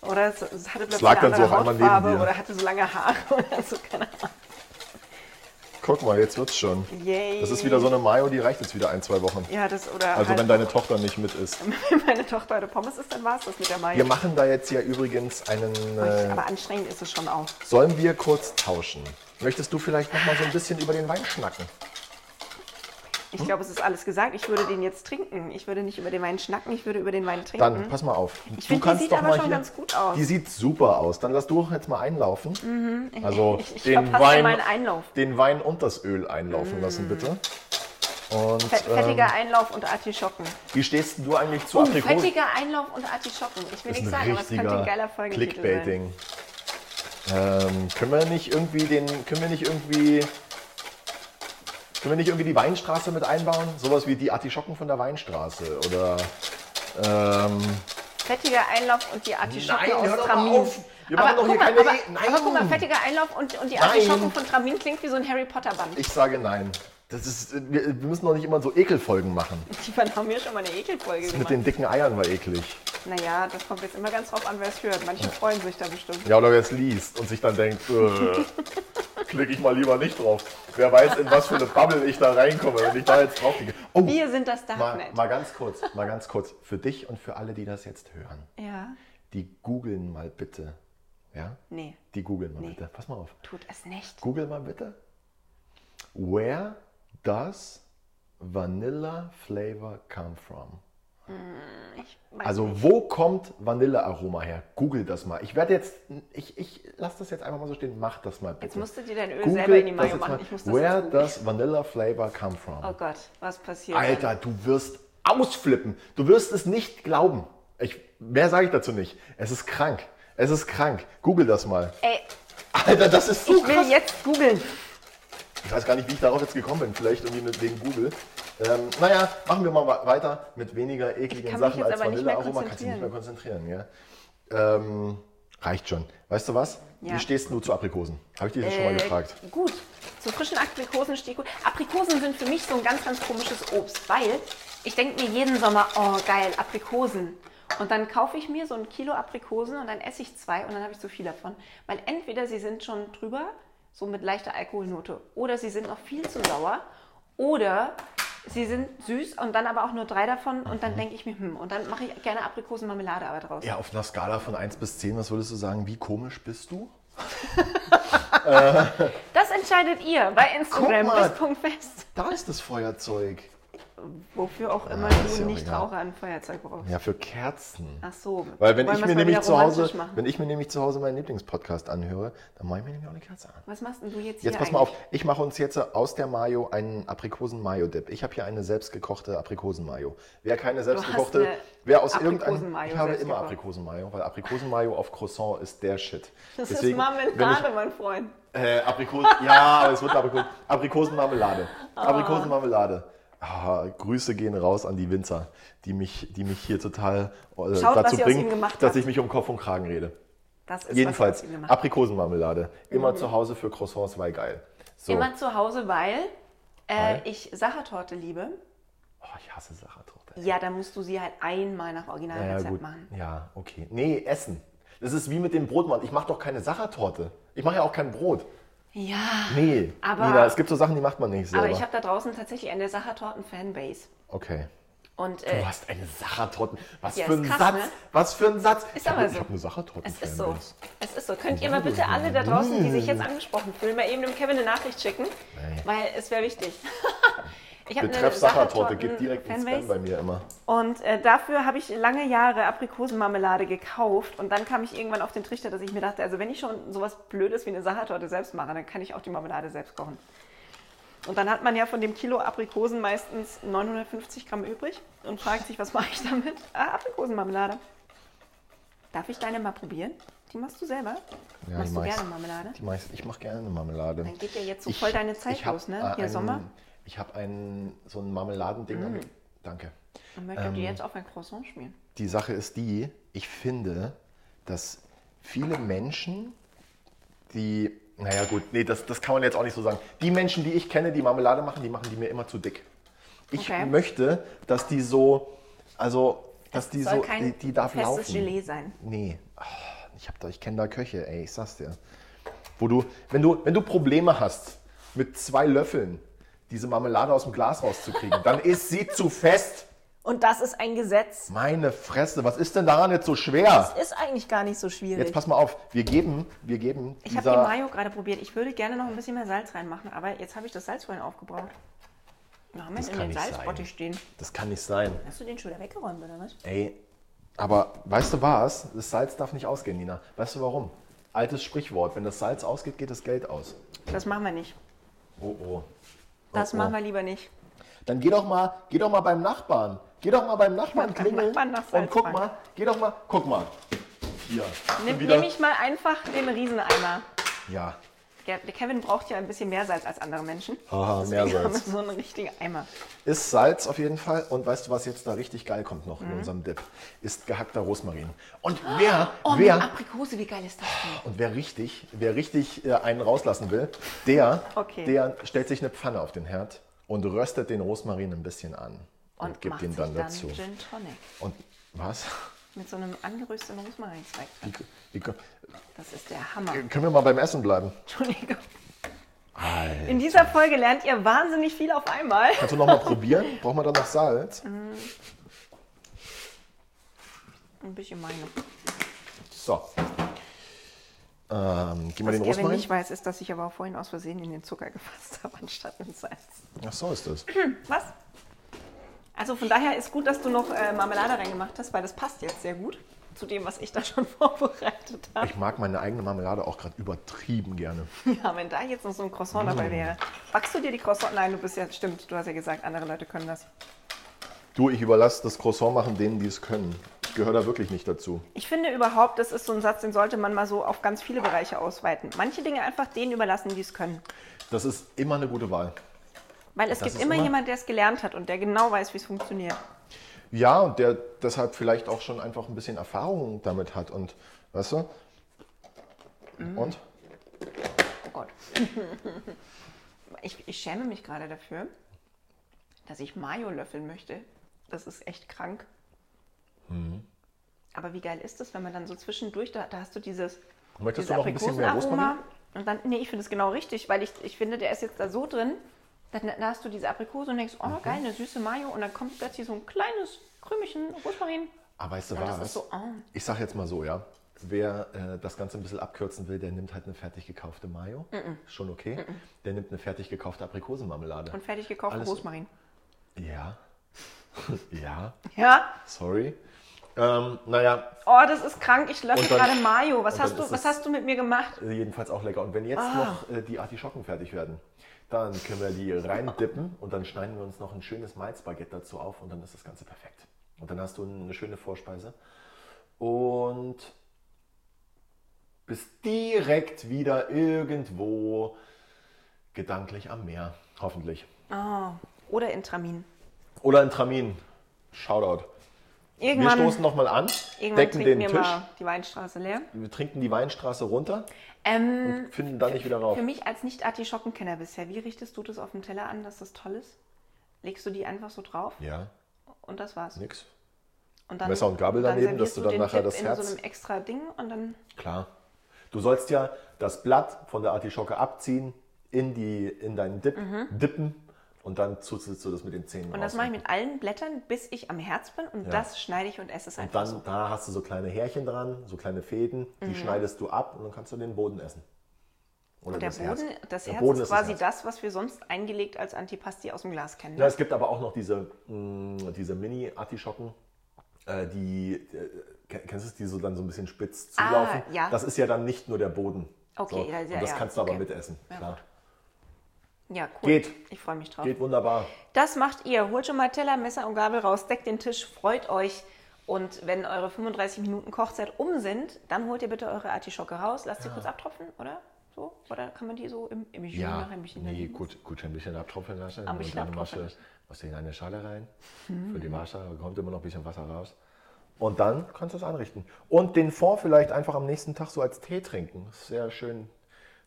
Speaker 2: Oder es, es hatte plötzlich
Speaker 1: lag
Speaker 2: eine
Speaker 1: dann so
Speaker 2: andere
Speaker 1: auf einmal neben
Speaker 2: Hautfarbe
Speaker 1: dir.
Speaker 2: oder hatte so lange Haare oder so, keine Ahnung.
Speaker 1: Guck mal, jetzt wird's schon.
Speaker 2: Yay.
Speaker 1: Das ist wieder so eine Mayo, die reicht jetzt wieder ein, zwei Wochen.
Speaker 2: Ja, das oder.
Speaker 1: Also
Speaker 2: halt
Speaker 1: wenn deine Tochter nicht mit ist.
Speaker 2: wenn meine Tochter heute Pommes isst, dann war es das mit der Mayo.
Speaker 1: Wir machen da jetzt ja übrigens einen... Äh,
Speaker 2: Aber anstrengend ist es schon auch.
Speaker 1: sollen wir kurz tauschen? Möchtest du vielleicht noch mal so ein bisschen über den Wein schnacken?
Speaker 2: Ich
Speaker 1: Hm?
Speaker 2: glaube, es ist alles gesagt. Ich würde den jetzt trinken. Ich würde nicht über den Wein schnacken, ich würde über den Wein trinken.
Speaker 1: Dann, pass mal auf.
Speaker 2: Mhm. Ich find, die sieht aber schon ganz gut aus. Mhm.
Speaker 1: Die sieht super aus. Dann lass du doch jetzt mal einlaufen. Also
Speaker 2: Ich- ich
Speaker 1: den,
Speaker 2: verpasse
Speaker 1: Wein,
Speaker 2: meinen Einlauf. Mhm.
Speaker 1: den Wein und das Öl einlaufen lassen, bitte. Und
Speaker 2: Fett,
Speaker 1: ähm,
Speaker 2: fettiger Einlauf und Artischocken.
Speaker 1: wie stehst du eigentlich zu
Speaker 2: Oh,
Speaker 1: Aprikosen?
Speaker 2: fettiger Einlauf und Artischocken. Ich will
Speaker 1: Das
Speaker 2: nichts
Speaker 1: ist
Speaker 2: sagen,
Speaker 1: ein
Speaker 2: aber es könnte ein geiler
Speaker 1: richtiger
Speaker 2: Folgentitel sein.
Speaker 1: Clickbaiting. Ähm, können wir nicht irgendwie den, können wir nicht irgendwie, können wir nicht irgendwie die Weinstraße mit einbauen? Sowas wie die Artischocken von der Weinstraße oder ähm,
Speaker 2: Fettiger Einlauf und die Artischocken
Speaker 1: Nein,
Speaker 2: aus
Speaker 1: hör doch mal
Speaker 2: Tramin.
Speaker 1: auf. Wir
Speaker 2: aber,
Speaker 1: machen doch
Speaker 2: guck
Speaker 1: hier
Speaker 2: mal,
Speaker 1: keine
Speaker 2: aber,
Speaker 1: Re- Nein.
Speaker 2: aber guck mal, fettiger Einlauf und, und die
Speaker 1: Nein.
Speaker 2: Artischocken von Tramin klingt wie so ein Harry Potter Band.
Speaker 1: Ich sage nein. Das ist, wir, wir müssen doch nicht immer so Ekelfolgen machen.
Speaker 2: Die Band haben mir schon mal eine Ekelfolge
Speaker 1: Mit
Speaker 2: gemacht.
Speaker 1: den dicken Eiern war eklig.
Speaker 2: Naja, das kommt jetzt immer ganz drauf an, wer es hört. Manche freuen sich da bestimmt.
Speaker 1: Ja, oder wer es liest und sich dann denkt, äh, klicke ich mal lieber nicht drauf. Wer weiß, in was für eine Bubble ich da reinkomme, wenn ich da jetzt draufklicke. Oh,
Speaker 2: Wir sind halt. das
Speaker 1: mal,
Speaker 2: Darknet.
Speaker 1: mal ganz kurz, mal ganz kurz. Für dich und für alle, die das jetzt hören.
Speaker 2: Ja,
Speaker 1: Die googeln mal bitte. Ja?
Speaker 2: nee,
Speaker 1: Die googeln mal bitte. Pass mal auf.
Speaker 2: tut es nicht.
Speaker 1: Google mal bitte. Where does vanilla flavor come from? Also wo kommt Vanillearoma her? Google das mal. Ich werde jetzt, ich, ich lasse das jetzt einfach mal so stehen. Mach das mal bitte.
Speaker 2: Jetzt musst du dir dein Öl selber in die Mayo machen. Ich muss das
Speaker 1: Where
Speaker 2: jetzt googeln.
Speaker 1: does vanilla flavor come from?
Speaker 2: Oh Gott, was passiert?
Speaker 1: Alter, du wirst ausflippen. Du wirst es nicht glauben. Ich, mehr sage ich dazu nicht. Es ist krank. Es ist krank. Google das mal.
Speaker 2: Ey,
Speaker 1: Alter, das ist so
Speaker 2: ich
Speaker 1: krass.
Speaker 2: will jetzt googeln.
Speaker 1: Ich weiß gar nicht, wie ich darauf jetzt gekommen bin. Vielleicht irgendwie mit wegen Google. Ähm, naja, machen wir mal wa- weiter mit weniger ekligen
Speaker 2: kann mich
Speaker 1: Sachen
Speaker 2: jetzt
Speaker 1: als
Speaker 2: aber nicht mehr
Speaker 1: Vanillearoma. Kannst du dich nicht mehr konzentrieren, ja? Ähm, reicht schon. Weißt du was?
Speaker 2: Ja. Äh,
Speaker 1: Wie stehst du zu Aprikosen? Habe ich dich das schon mal gefragt.
Speaker 2: Gut, zu frischen Aprikosen steht gut. Aprikosen sind für mich so ein ganz, ganz komisches Obst, weil ich denke mir jeden Sommer, oh geil, Aprikosen. Und dann kaufe ich mir so ein Kilo Aprikosen und dann esse ich zwei und dann habe ich zu viel davon. Weil entweder sie sind schon drüber, so mit leichter Alkoholnote, oder sie sind noch viel zu sauer, oder sie sind süß und dann aber auch nur drei davon und
Speaker 1: Mhm.
Speaker 2: dann denke ich mir, hm, und dann mache ich gerne Aprikosenmarmelade aber draus.
Speaker 1: Ja, auf einer Skala von 1 bis 10, was würdest du sagen? Wie komisch bist du?
Speaker 2: Das entscheidet ihr bei Instagram.
Speaker 1: mal.
Speaker 2: Bis Punkt fest.
Speaker 1: Da ist das Feuerzeug.
Speaker 2: wofür auch immer
Speaker 1: Ah, ist
Speaker 2: du
Speaker 1: ja auch
Speaker 2: Nichtraucher ein Feuerzeug brauchst.
Speaker 1: Ja, für Kerzen.
Speaker 2: Ach so.
Speaker 1: Weil wenn
Speaker 2: Ah. wollen
Speaker 1: ich
Speaker 2: wir's
Speaker 1: mir
Speaker 2: mal
Speaker 1: nämlich
Speaker 2: wieder
Speaker 1: zu Hause,
Speaker 2: romantisch machen.
Speaker 1: wenn ich mir nämlich zu Hause meinen Lieblingspodcast anhöre, dann mache ich mir nämlich auch eine Kerze an.
Speaker 2: Was machst denn du jetzt hier
Speaker 1: Jetzt pass mal auf,
Speaker 2: eigentlich?
Speaker 1: ich mache uns jetzt aus der Mayo einen Aprikosen-Mayo-Dip. Ich habe hier eine selbstgekochte Aprikosen-Mayo. Wer keine selbstgekochte,
Speaker 2: eine
Speaker 1: wer aus irgendeinem,
Speaker 2: Aprikosen-Mayo
Speaker 1: ich habe
Speaker 2: selbst
Speaker 1: immer
Speaker 2: gekocht.
Speaker 1: Aprikosen-Mayo, weil Aprikosen-Mayo auf Croissant ist der Shit.
Speaker 2: Das
Speaker 1: Deswegen,
Speaker 2: ist
Speaker 1: wenn ich-
Speaker 2: Marmelade, mein Freund.
Speaker 1: Äh, Aprikosen, ja, aber es wird eine Aprikosen, Aprikosenmarmelade.
Speaker 2: Ah.
Speaker 1: Aprikosenmarmelade. Ah, Grüße gehen raus an die Winzer, die mich, die mich hier total äh,
Speaker 2: Schaut, was
Speaker 1: dazu
Speaker 2: ihr aus ihm
Speaker 1: bringen,
Speaker 2: gemacht habt.
Speaker 1: dass ich mich um Kopf und Kragen rede.
Speaker 2: Das ist
Speaker 1: Jedenfalls,
Speaker 2: was ich aus ihm gemacht habe.
Speaker 1: Aprikosenmarmelade. Immer zu Hause für Croissants, weil geil. So.
Speaker 2: Immer zu Hause, weil äh,
Speaker 1: Weil?
Speaker 2: ich Sachertorte liebe.
Speaker 1: Oh, ich hasse Sachertorte.
Speaker 2: Ja, dann musst du sie halt einmal nach Originalrezept machen.
Speaker 1: Ja, okay. Nee, Essen. Das ist wie mit dem Brotmann. Ich mache doch keine Sachertorte. Ich mache ja auch kein Brot.
Speaker 2: Ja.
Speaker 1: Nee,
Speaker 2: Aber-
Speaker 1: Nina, es gibt so Sachen, die macht man nicht selber.
Speaker 2: Aber ich habe da draußen tatsächlich eine Sachertorten-Fanbase.
Speaker 1: okay.
Speaker 2: Und
Speaker 1: Du
Speaker 2: äh,
Speaker 1: hast eine Sachertorten. Was
Speaker 2: Ja,
Speaker 1: für
Speaker 2: ist
Speaker 1: ein
Speaker 2: krass,
Speaker 1: Satz.
Speaker 2: ne?
Speaker 1: Was für ein Satz.
Speaker 2: Ist
Speaker 1: ich
Speaker 2: aber
Speaker 1: habe
Speaker 2: so.
Speaker 1: hab eine Sachertorten.
Speaker 2: es ist so. Es ist so. Könnt ihr mal bitte alle da draußen, die sich jetzt angesprochen fühlen, mal eben dem Kevin eine Nachricht schicken?
Speaker 1: Nee.
Speaker 2: Weil es wäre wichtig. Ich hab
Speaker 1: Betreff Sachertorte gibt direkt einen Spam
Speaker 2: Fanbase.
Speaker 1: bei mir immer.
Speaker 2: Und äh, dafür habe ich lange Jahre Aprikosenmarmelade gekauft. Und dann kam ich irgendwann auf den Trichter, dass ich mir dachte, also wenn ich schon sowas Blödes wie eine Sachertorte selbst mache, dann kann ich auch die Marmelade selbst kochen. Und dann hat man ja von dem Kilo Aprikosen meistens 950 Gramm übrig und fragt sich, was mache ich damit? Ah, Aprikosenmarmelade. Darf ich deine mal probieren? Die machst du selber?
Speaker 1: Ja,
Speaker 2: Machst
Speaker 1: die
Speaker 2: du
Speaker 1: meist-
Speaker 2: gerne Marmelade?
Speaker 1: Die meist, ich mache gerne Marmelade.
Speaker 2: Dann geht ja jetzt so voll deine Zeit
Speaker 1: hab,
Speaker 2: los, ne? Hier
Speaker 1: einen-
Speaker 2: Sommer. Mm.
Speaker 1: Ich habe ein, so ein Marmeladending. am- Danke.
Speaker 2: Dann möchte ich dir
Speaker 1: Ähm,
Speaker 2: jetzt auf ein Croissant schmieren.
Speaker 1: Die Sache ist die, ich finde, dass viele Menschen, die, naja gut, nee, das, das kann man jetzt auch nicht so sagen. Die Menschen, die ich kenne, die Marmelade machen, die machen die mir immer zu dick. Ich
Speaker 2: Okay.
Speaker 1: möchte, dass die so, also, dass die
Speaker 2: soll
Speaker 1: so,
Speaker 2: kein
Speaker 1: die, die darf
Speaker 2: festes
Speaker 1: laufen.
Speaker 2: Gelee sein.
Speaker 1: Nee, Ah, ich hab da, ich kenne da Köche, ey, ich sag's dir. Wo du, wenn du, wenn du Probleme hast, mit zwei Löffeln diese Marmelade aus dem Glas rauszukriegen, dann ist sie zu fest.
Speaker 2: Und das ist ein Gesetz.
Speaker 1: Meine Fresse, was ist denn daran jetzt so schwer?
Speaker 2: Ist eigentlich gar nicht so schwierig.
Speaker 1: Jetzt pass mal auf, wir geben, wir geben
Speaker 2: Ich habe die Mayo gerade probiert. Ich würde gerne noch ein bisschen mehr Salz reinmachen, aber jetzt habe ich das Salz vorhin aufgebraucht. Wir haben jetzt in den Salzbottich stehen.
Speaker 1: Das kann nicht sein.
Speaker 2: Hast du den schon wieder weggeräumt, oder was?
Speaker 1: Ey, aber weißt du was? Das Salz darf nicht ausgehen, Nina. Weißt du warum? Altes Sprichwort, wenn das Salz ausgeht, geht das Geld aus.
Speaker 2: Das machen wir nicht.
Speaker 1: Oh oh.
Speaker 2: Das
Speaker 1: Oh, oh.
Speaker 2: machen wir lieber nicht.
Speaker 1: Dann geh doch mal, geh doch mal beim Nachbarn. Geh doch mal beim Nachbarn
Speaker 2: beim
Speaker 1: klingeln
Speaker 2: Nachbarn nach Salz
Speaker 1: und guck
Speaker 2: fragen.
Speaker 1: mal, geh doch mal, guck mal. Hier. schon
Speaker 2: Nimm,
Speaker 1: wieder-
Speaker 2: nehme ich mal einfach den Rieseneimer.
Speaker 1: ja,
Speaker 2: Der, der Kevin braucht ja ein bisschen mehr Salz als andere Menschen.
Speaker 1: Aha,
Speaker 2: Deswegen
Speaker 1: mehr
Speaker 2: haben wir
Speaker 1: Salz.
Speaker 2: So einen richtigen Eimer.
Speaker 1: Ist Salz auf jeden Fall. Und weißt du, was jetzt da richtig geil kommt noch
Speaker 2: Mhm.
Speaker 1: in unserem Dip? Ist gehackter Rosmarin. Und wer,
Speaker 2: Oh, mit
Speaker 1: wer,
Speaker 2: Aprikose, wie geil ist das denn?
Speaker 1: und wer richtig, wer richtig äh, einen rauslassen will, der,
Speaker 2: Okay.
Speaker 1: der stellt sich eine Pfanne auf den Herd und röstet den Rosmarin ein bisschen an. Und, gibt
Speaker 2: macht
Speaker 1: ihn
Speaker 2: sich
Speaker 1: dann dazu.
Speaker 2: Gin Tonic.
Speaker 1: Und was?
Speaker 2: Mit so einem angerösteten Rosmarinzweig.
Speaker 1: Wie, wie, können
Speaker 2: Das ist der Hammer.
Speaker 1: wir mal beim Essen bleiben?
Speaker 2: Entschuldigung.
Speaker 1: Alter.
Speaker 2: In dieser Folge lernt ihr wahnsinnig viel auf einmal.
Speaker 1: Kannst du noch mal probieren? Braucht man da noch Salz?
Speaker 2: Mhm. Ein bisschen meine.
Speaker 1: So. Ähm, gib mal
Speaker 2: Was
Speaker 1: den
Speaker 2: Kevin
Speaker 1: Rosmarin.
Speaker 2: nicht weiß, ist, dass ich aber auch vorhin aus Versehen in den Zucker gefasst habe, anstatt ins Salz.
Speaker 1: Ach so ist das.
Speaker 2: Was? Also von daher ist gut, dass du noch äh, Marmelade reingemacht hast, weil das passt jetzt sehr gut zu dem, was ich da schon vorbereitet habe.
Speaker 1: Ich mag meine eigene Marmelade auch gerade übertrieben gerne.
Speaker 2: Ja, wenn da jetzt noch so ein Croissant
Speaker 1: Hm.
Speaker 2: dabei wäre. Backst du dir die Croissant? Nein, du bist ja, stimmt, du hast ja gesagt, andere Leute können das.
Speaker 1: Du, ich überlasse das Croissant machen denen, die es können. Ich gehöre da wirklich nicht dazu.
Speaker 2: Ich finde überhaupt, das ist so ein Satz, den sollte man mal so auf ganz viele Bereiche ausweiten. Manche Dinge einfach denen überlassen, die es können.
Speaker 1: Das ist immer eine gute Wahl.
Speaker 2: Weil es
Speaker 1: Das
Speaker 2: gibt
Speaker 1: ist
Speaker 2: immer,
Speaker 1: immer-
Speaker 2: jemanden, der es gelernt hat und der genau weiß, wie es funktioniert.
Speaker 1: Ja, und der deshalb vielleicht auch schon einfach ein bisschen Erfahrung damit hat. Und, weißt du?
Speaker 2: Mhm.
Speaker 1: Und?
Speaker 2: Oh Gott. Ich, ich schäme mich gerade dafür, dass ich Mayo löffeln möchte. Das ist echt krank.
Speaker 1: Mhm.
Speaker 2: Aber wie geil ist das, wenn man dann so zwischendurch, da, da hast du dieses,
Speaker 1: Möchtest
Speaker 2: dieses
Speaker 1: du noch ein bisschen mehr Rosmarin?
Speaker 2: Und dann, nee, ich finde es genau richtig, weil ich, ich finde, der ist jetzt da so drin, dann, da hast du diese Aprikose und denkst, oh
Speaker 1: Mhm.
Speaker 2: geil, eine süße Mayo. Und dann kommt plötzlich so ein kleines Krümelchen Rosmarin.
Speaker 1: Aber weißt du
Speaker 2: Und das
Speaker 1: was?
Speaker 2: ist so, oh.
Speaker 1: Ich sag jetzt mal so, ja. Wer äh, das Ganze ein bisschen abkürzen will, der nimmt halt eine fertig gekaufte Mayo.
Speaker 2: Mhm.
Speaker 1: Schon okay. Der nimmt eine fertig gekaufte Aprikosenmarmelade.
Speaker 2: Und fertig gekauft
Speaker 1: Alles-
Speaker 2: Rosmarin.
Speaker 1: Ja. Ja,
Speaker 2: Ja?
Speaker 1: sorry. Ähm, naja,
Speaker 2: Oh, das ist krank. Ich lösche
Speaker 1: Und dann-
Speaker 2: gerade Mayo. Was
Speaker 1: und
Speaker 2: hast
Speaker 1: dann
Speaker 2: du,
Speaker 1: ist
Speaker 2: was
Speaker 1: es-
Speaker 2: hast du mit mir gemacht?
Speaker 1: jedenfalls auch lecker. Und wenn jetzt
Speaker 2: Ah.
Speaker 1: noch äh, die Artischocken fertig werden, dann können wir die reindippen und dann schneiden wir uns noch ein schönes Malzbaguette dazu auf und dann ist das Ganze perfekt. Und dann hast du eine schöne Vorspeise und bist direkt wieder irgendwo gedanklich am Meer, hoffentlich.
Speaker 2: Oder Intramin.
Speaker 1: Oder in Tramin. Shoutout. Wir
Speaker 2: Irgendwann,
Speaker 1: stoßen nochmal an,
Speaker 2: irgendwann
Speaker 1: decken
Speaker 2: trinken
Speaker 1: den
Speaker 2: wir
Speaker 1: Tisch,
Speaker 2: mal die Weinstraße leer.
Speaker 1: wir trinken die Weinstraße runter
Speaker 2: Ähm,
Speaker 1: und finden dann nicht wieder rauf.
Speaker 2: Für mich als Nicht-Artischockenkenner bisher, wie richtest du das auf dem Teller an, dass das toll ist? Legst du die einfach so drauf
Speaker 1: Ja,
Speaker 2: und das war's.
Speaker 1: nix.
Speaker 2: Und dann,
Speaker 1: Messer und Gabel
Speaker 2: dann
Speaker 1: daneben, dass
Speaker 2: servierst
Speaker 1: du dann
Speaker 2: den
Speaker 1: nachher
Speaker 2: Dip
Speaker 1: das
Speaker 2: in
Speaker 1: Herz-
Speaker 2: so einem extra Ding und dann
Speaker 1: Klar. Du sollst ja das Blatt von der Artischocke abziehen, in, die, in deinen Dip dippen und dann zuzelst du das mit den Zähnen
Speaker 2: Mhm. und
Speaker 1: raus.
Speaker 2: das mache ich mit allen Blättern, bis ich am Herz bin und das schneide ich und esse es
Speaker 1: und
Speaker 2: einfach
Speaker 1: dann,
Speaker 2: so. Mhm.
Speaker 1: da hast du so kleine Härchen dran, so kleine Fäden, die schneidest du ab und dann kannst du den Boden essen. Oder
Speaker 2: Und der
Speaker 1: das
Speaker 2: Boden,
Speaker 1: Herz.
Speaker 2: das
Speaker 1: Der
Speaker 2: Herz
Speaker 1: Boden
Speaker 2: ist quasi
Speaker 1: Herz.
Speaker 2: das, was wir sonst eingelegt als Antipasti aus dem Glas kennen. ne?
Speaker 1: Ja, es gibt aber auch noch diese, mh, diese Mini-Artischocken, äh, die, äh, ke- kennst du es, die so dann so ein bisschen spitz zulaufen?
Speaker 2: Ah, ja.
Speaker 1: Das ist ja dann nicht nur der Boden.
Speaker 2: Okay,
Speaker 1: so.
Speaker 2: ja, ja,
Speaker 1: Und das
Speaker 2: ja,
Speaker 1: kannst du aber
Speaker 2: okay.
Speaker 1: mitessen, klar.
Speaker 2: Ja, cool.
Speaker 1: Geht.
Speaker 2: Ich freue mich drauf.
Speaker 1: Geht wunderbar.
Speaker 2: Das macht ihr. Holt schon mal Teller, Messer und Gabel raus, deckt den Tisch, freut euch. Und wenn eure 35 Minuten Kochzeit um sind, dann holt ihr bitte eure Artischocke raus. Lasst sie kurz abtropfen, oder? So? Oder kann man die so im, im Jus
Speaker 1: Ja,
Speaker 2: nachher ein bisschen
Speaker 1: nee,
Speaker 2: nehmen?
Speaker 1: gut, gut, ein bisschen abtropfen lassen
Speaker 2: Ein
Speaker 1: und
Speaker 2: bisschen
Speaker 1: dann machst
Speaker 2: abtropfen
Speaker 1: du,
Speaker 2: lassen.
Speaker 1: machst du in eine Schale rein
Speaker 2: Hm.
Speaker 1: für die Wasser, da kommt immer noch ein bisschen Wasser raus. Und dann kannst du es anrichten. Und den Fond vielleicht einfach am nächsten Tag so als Tee trinken. Das ist sehr schön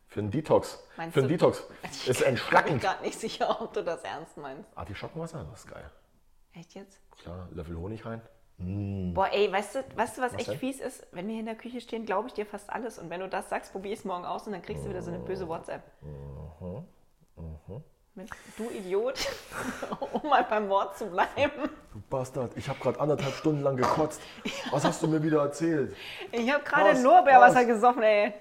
Speaker 1: für einen Detox.
Speaker 2: Meinst
Speaker 1: für einen
Speaker 2: du-
Speaker 1: Detox. Ist
Speaker 2: Ich bin
Speaker 1: entschlackend. Ah,
Speaker 2: gerade nicht sicher, ob du das ernst meinst.
Speaker 1: Artischockenwasser, das ist geil.
Speaker 2: Echt jetzt?
Speaker 1: Klar, Löffel Honig rein.
Speaker 2: Boah, ey, weißt du, weißt du was, echt
Speaker 1: Hm. denn?
Speaker 2: fies ist? Wenn wir hier in der Küche stehen, glaube ich dir fast alles. Und wenn du das sagst, probier es morgen aus und dann kriegst du wieder so eine
Speaker 1: Oh.
Speaker 2: böse WhatsApp.
Speaker 1: Mhm,
Speaker 2: Mit, du Idiot, um mal beim Wort zu bleiben.
Speaker 1: Du Bastard, ich habe gerade anderthalb Stunden lang gekotzt. Was hast du mir wieder erzählt?
Speaker 2: Ich habe gerade
Speaker 1: Prost,
Speaker 2: Lorbeerwasser
Speaker 1: Prost.
Speaker 2: gesoffen, ey.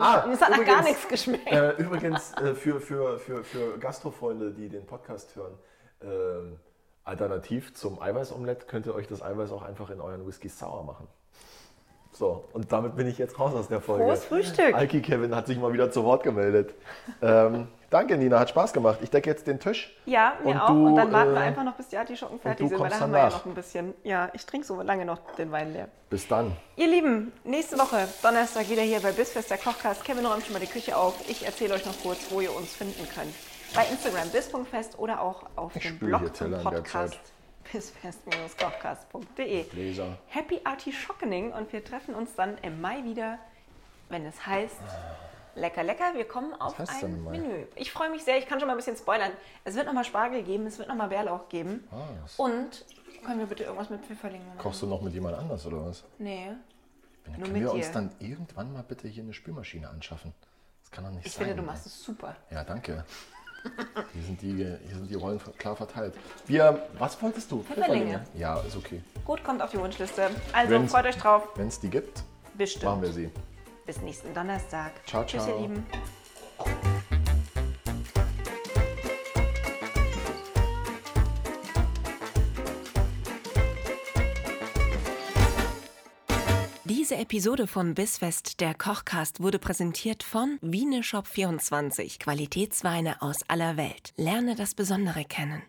Speaker 1: Ah,
Speaker 2: Und es hat nach gar
Speaker 1: übrigens,
Speaker 2: nichts geschmeckt.
Speaker 1: Äh, übrigens, äh, für, für, für, für Gastrofreunde, die den Podcast hören, ähm, alternativ zum Eiweißomelett könnt ihr euch das Eiweiß auch einfach in euren Whisky sauer machen. So, und damit bin ich jetzt raus aus der Folge.
Speaker 2: Frohes Frühstück.
Speaker 1: Alki Kevin hat sich mal wieder zu Wort gemeldet. Ähm, danke, Nina, hat Spaß gemacht. Ich decke jetzt den Tisch.
Speaker 2: Ja, mir
Speaker 1: Und
Speaker 2: auch. und
Speaker 1: du,
Speaker 2: dann warten wir
Speaker 1: äh,
Speaker 2: einfach noch, bis die Artischocken fertig
Speaker 1: du
Speaker 2: sind, weil da
Speaker 1: kommst
Speaker 2: haben wir
Speaker 1: danach.
Speaker 2: ja noch ein bisschen. Ja, ich trinke so lange noch den Wein leer.
Speaker 1: Bis dann.
Speaker 2: Ihr Lieben, nächste Woche, Donnerstag, wieder hier bei Bisfest, der Kochcast. Kevin räumt schon mal die Küche auf. Ich erzähle euch noch kurz, wo ihr uns finden könnt. Bei Instagram bis.fest oder auch auf dem
Speaker 1: spüle
Speaker 2: Blog
Speaker 1: hier
Speaker 2: zum
Speaker 1: Teller in der
Speaker 2: Podcast
Speaker 1: Zeit.
Speaker 2: bisfest-kochcast.de.
Speaker 1: Gläser.
Speaker 2: Happy Artischockening und wir treffen uns dann im Mai wieder, wenn es heißt lecker, lecker. Wir kommen auf
Speaker 1: Ah. heißt denn
Speaker 2: ein
Speaker 1: im Mai?
Speaker 2: Menü. Ich freue mich sehr, ich kann schon mal ein bisschen spoilern. Es wird nochmal Spargel geben, es wird nochmal Bärlauch geben.
Speaker 1: Ah,
Speaker 2: Und können wir bitte irgendwas mit Pfifferlingen machen?
Speaker 1: Kochst du noch mit jemand anders oder was?
Speaker 2: Nee.
Speaker 1: Dann
Speaker 2: Nur
Speaker 1: können
Speaker 2: mit
Speaker 1: wir
Speaker 2: dir.
Speaker 1: uns dann irgendwann mal bitte hier eine Spülmaschine anschaffen. Das kann doch nicht
Speaker 2: Ich
Speaker 1: sein. ne?
Speaker 2: finde, du
Speaker 1: ey.
Speaker 2: machst es super.
Speaker 1: Ja, danke. Hier sind die, hier sind die Rollen klar verteilt. Wir, was wolltest du?
Speaker 2: Pfifferlinge.
Speaker 1: Ja, ist okay.
Speaker 2: Gut, kommt auf die Wunschliste. Also
Speaker 1: Wenn's-
Speaker 2: freut euch drauf.
Speaker 1: Wenn es die gibt,
Speaker 2: Bestimmt.
Speaker 1: machen wir sie.
Speaker 2: Bis nächsten Donnerstag.
Speaker 1: Ciao,
Speaker 2: Tschüss, ihr
Speaker 1: ciao.
Speaker 2: Lieben.
Speaker 3: Diese Episode von Bissfest, der Kochcast, wurde präsentiert von Wieneshop24, Qualitätsweine aus aller Welt. Lerne das Besondere kennen.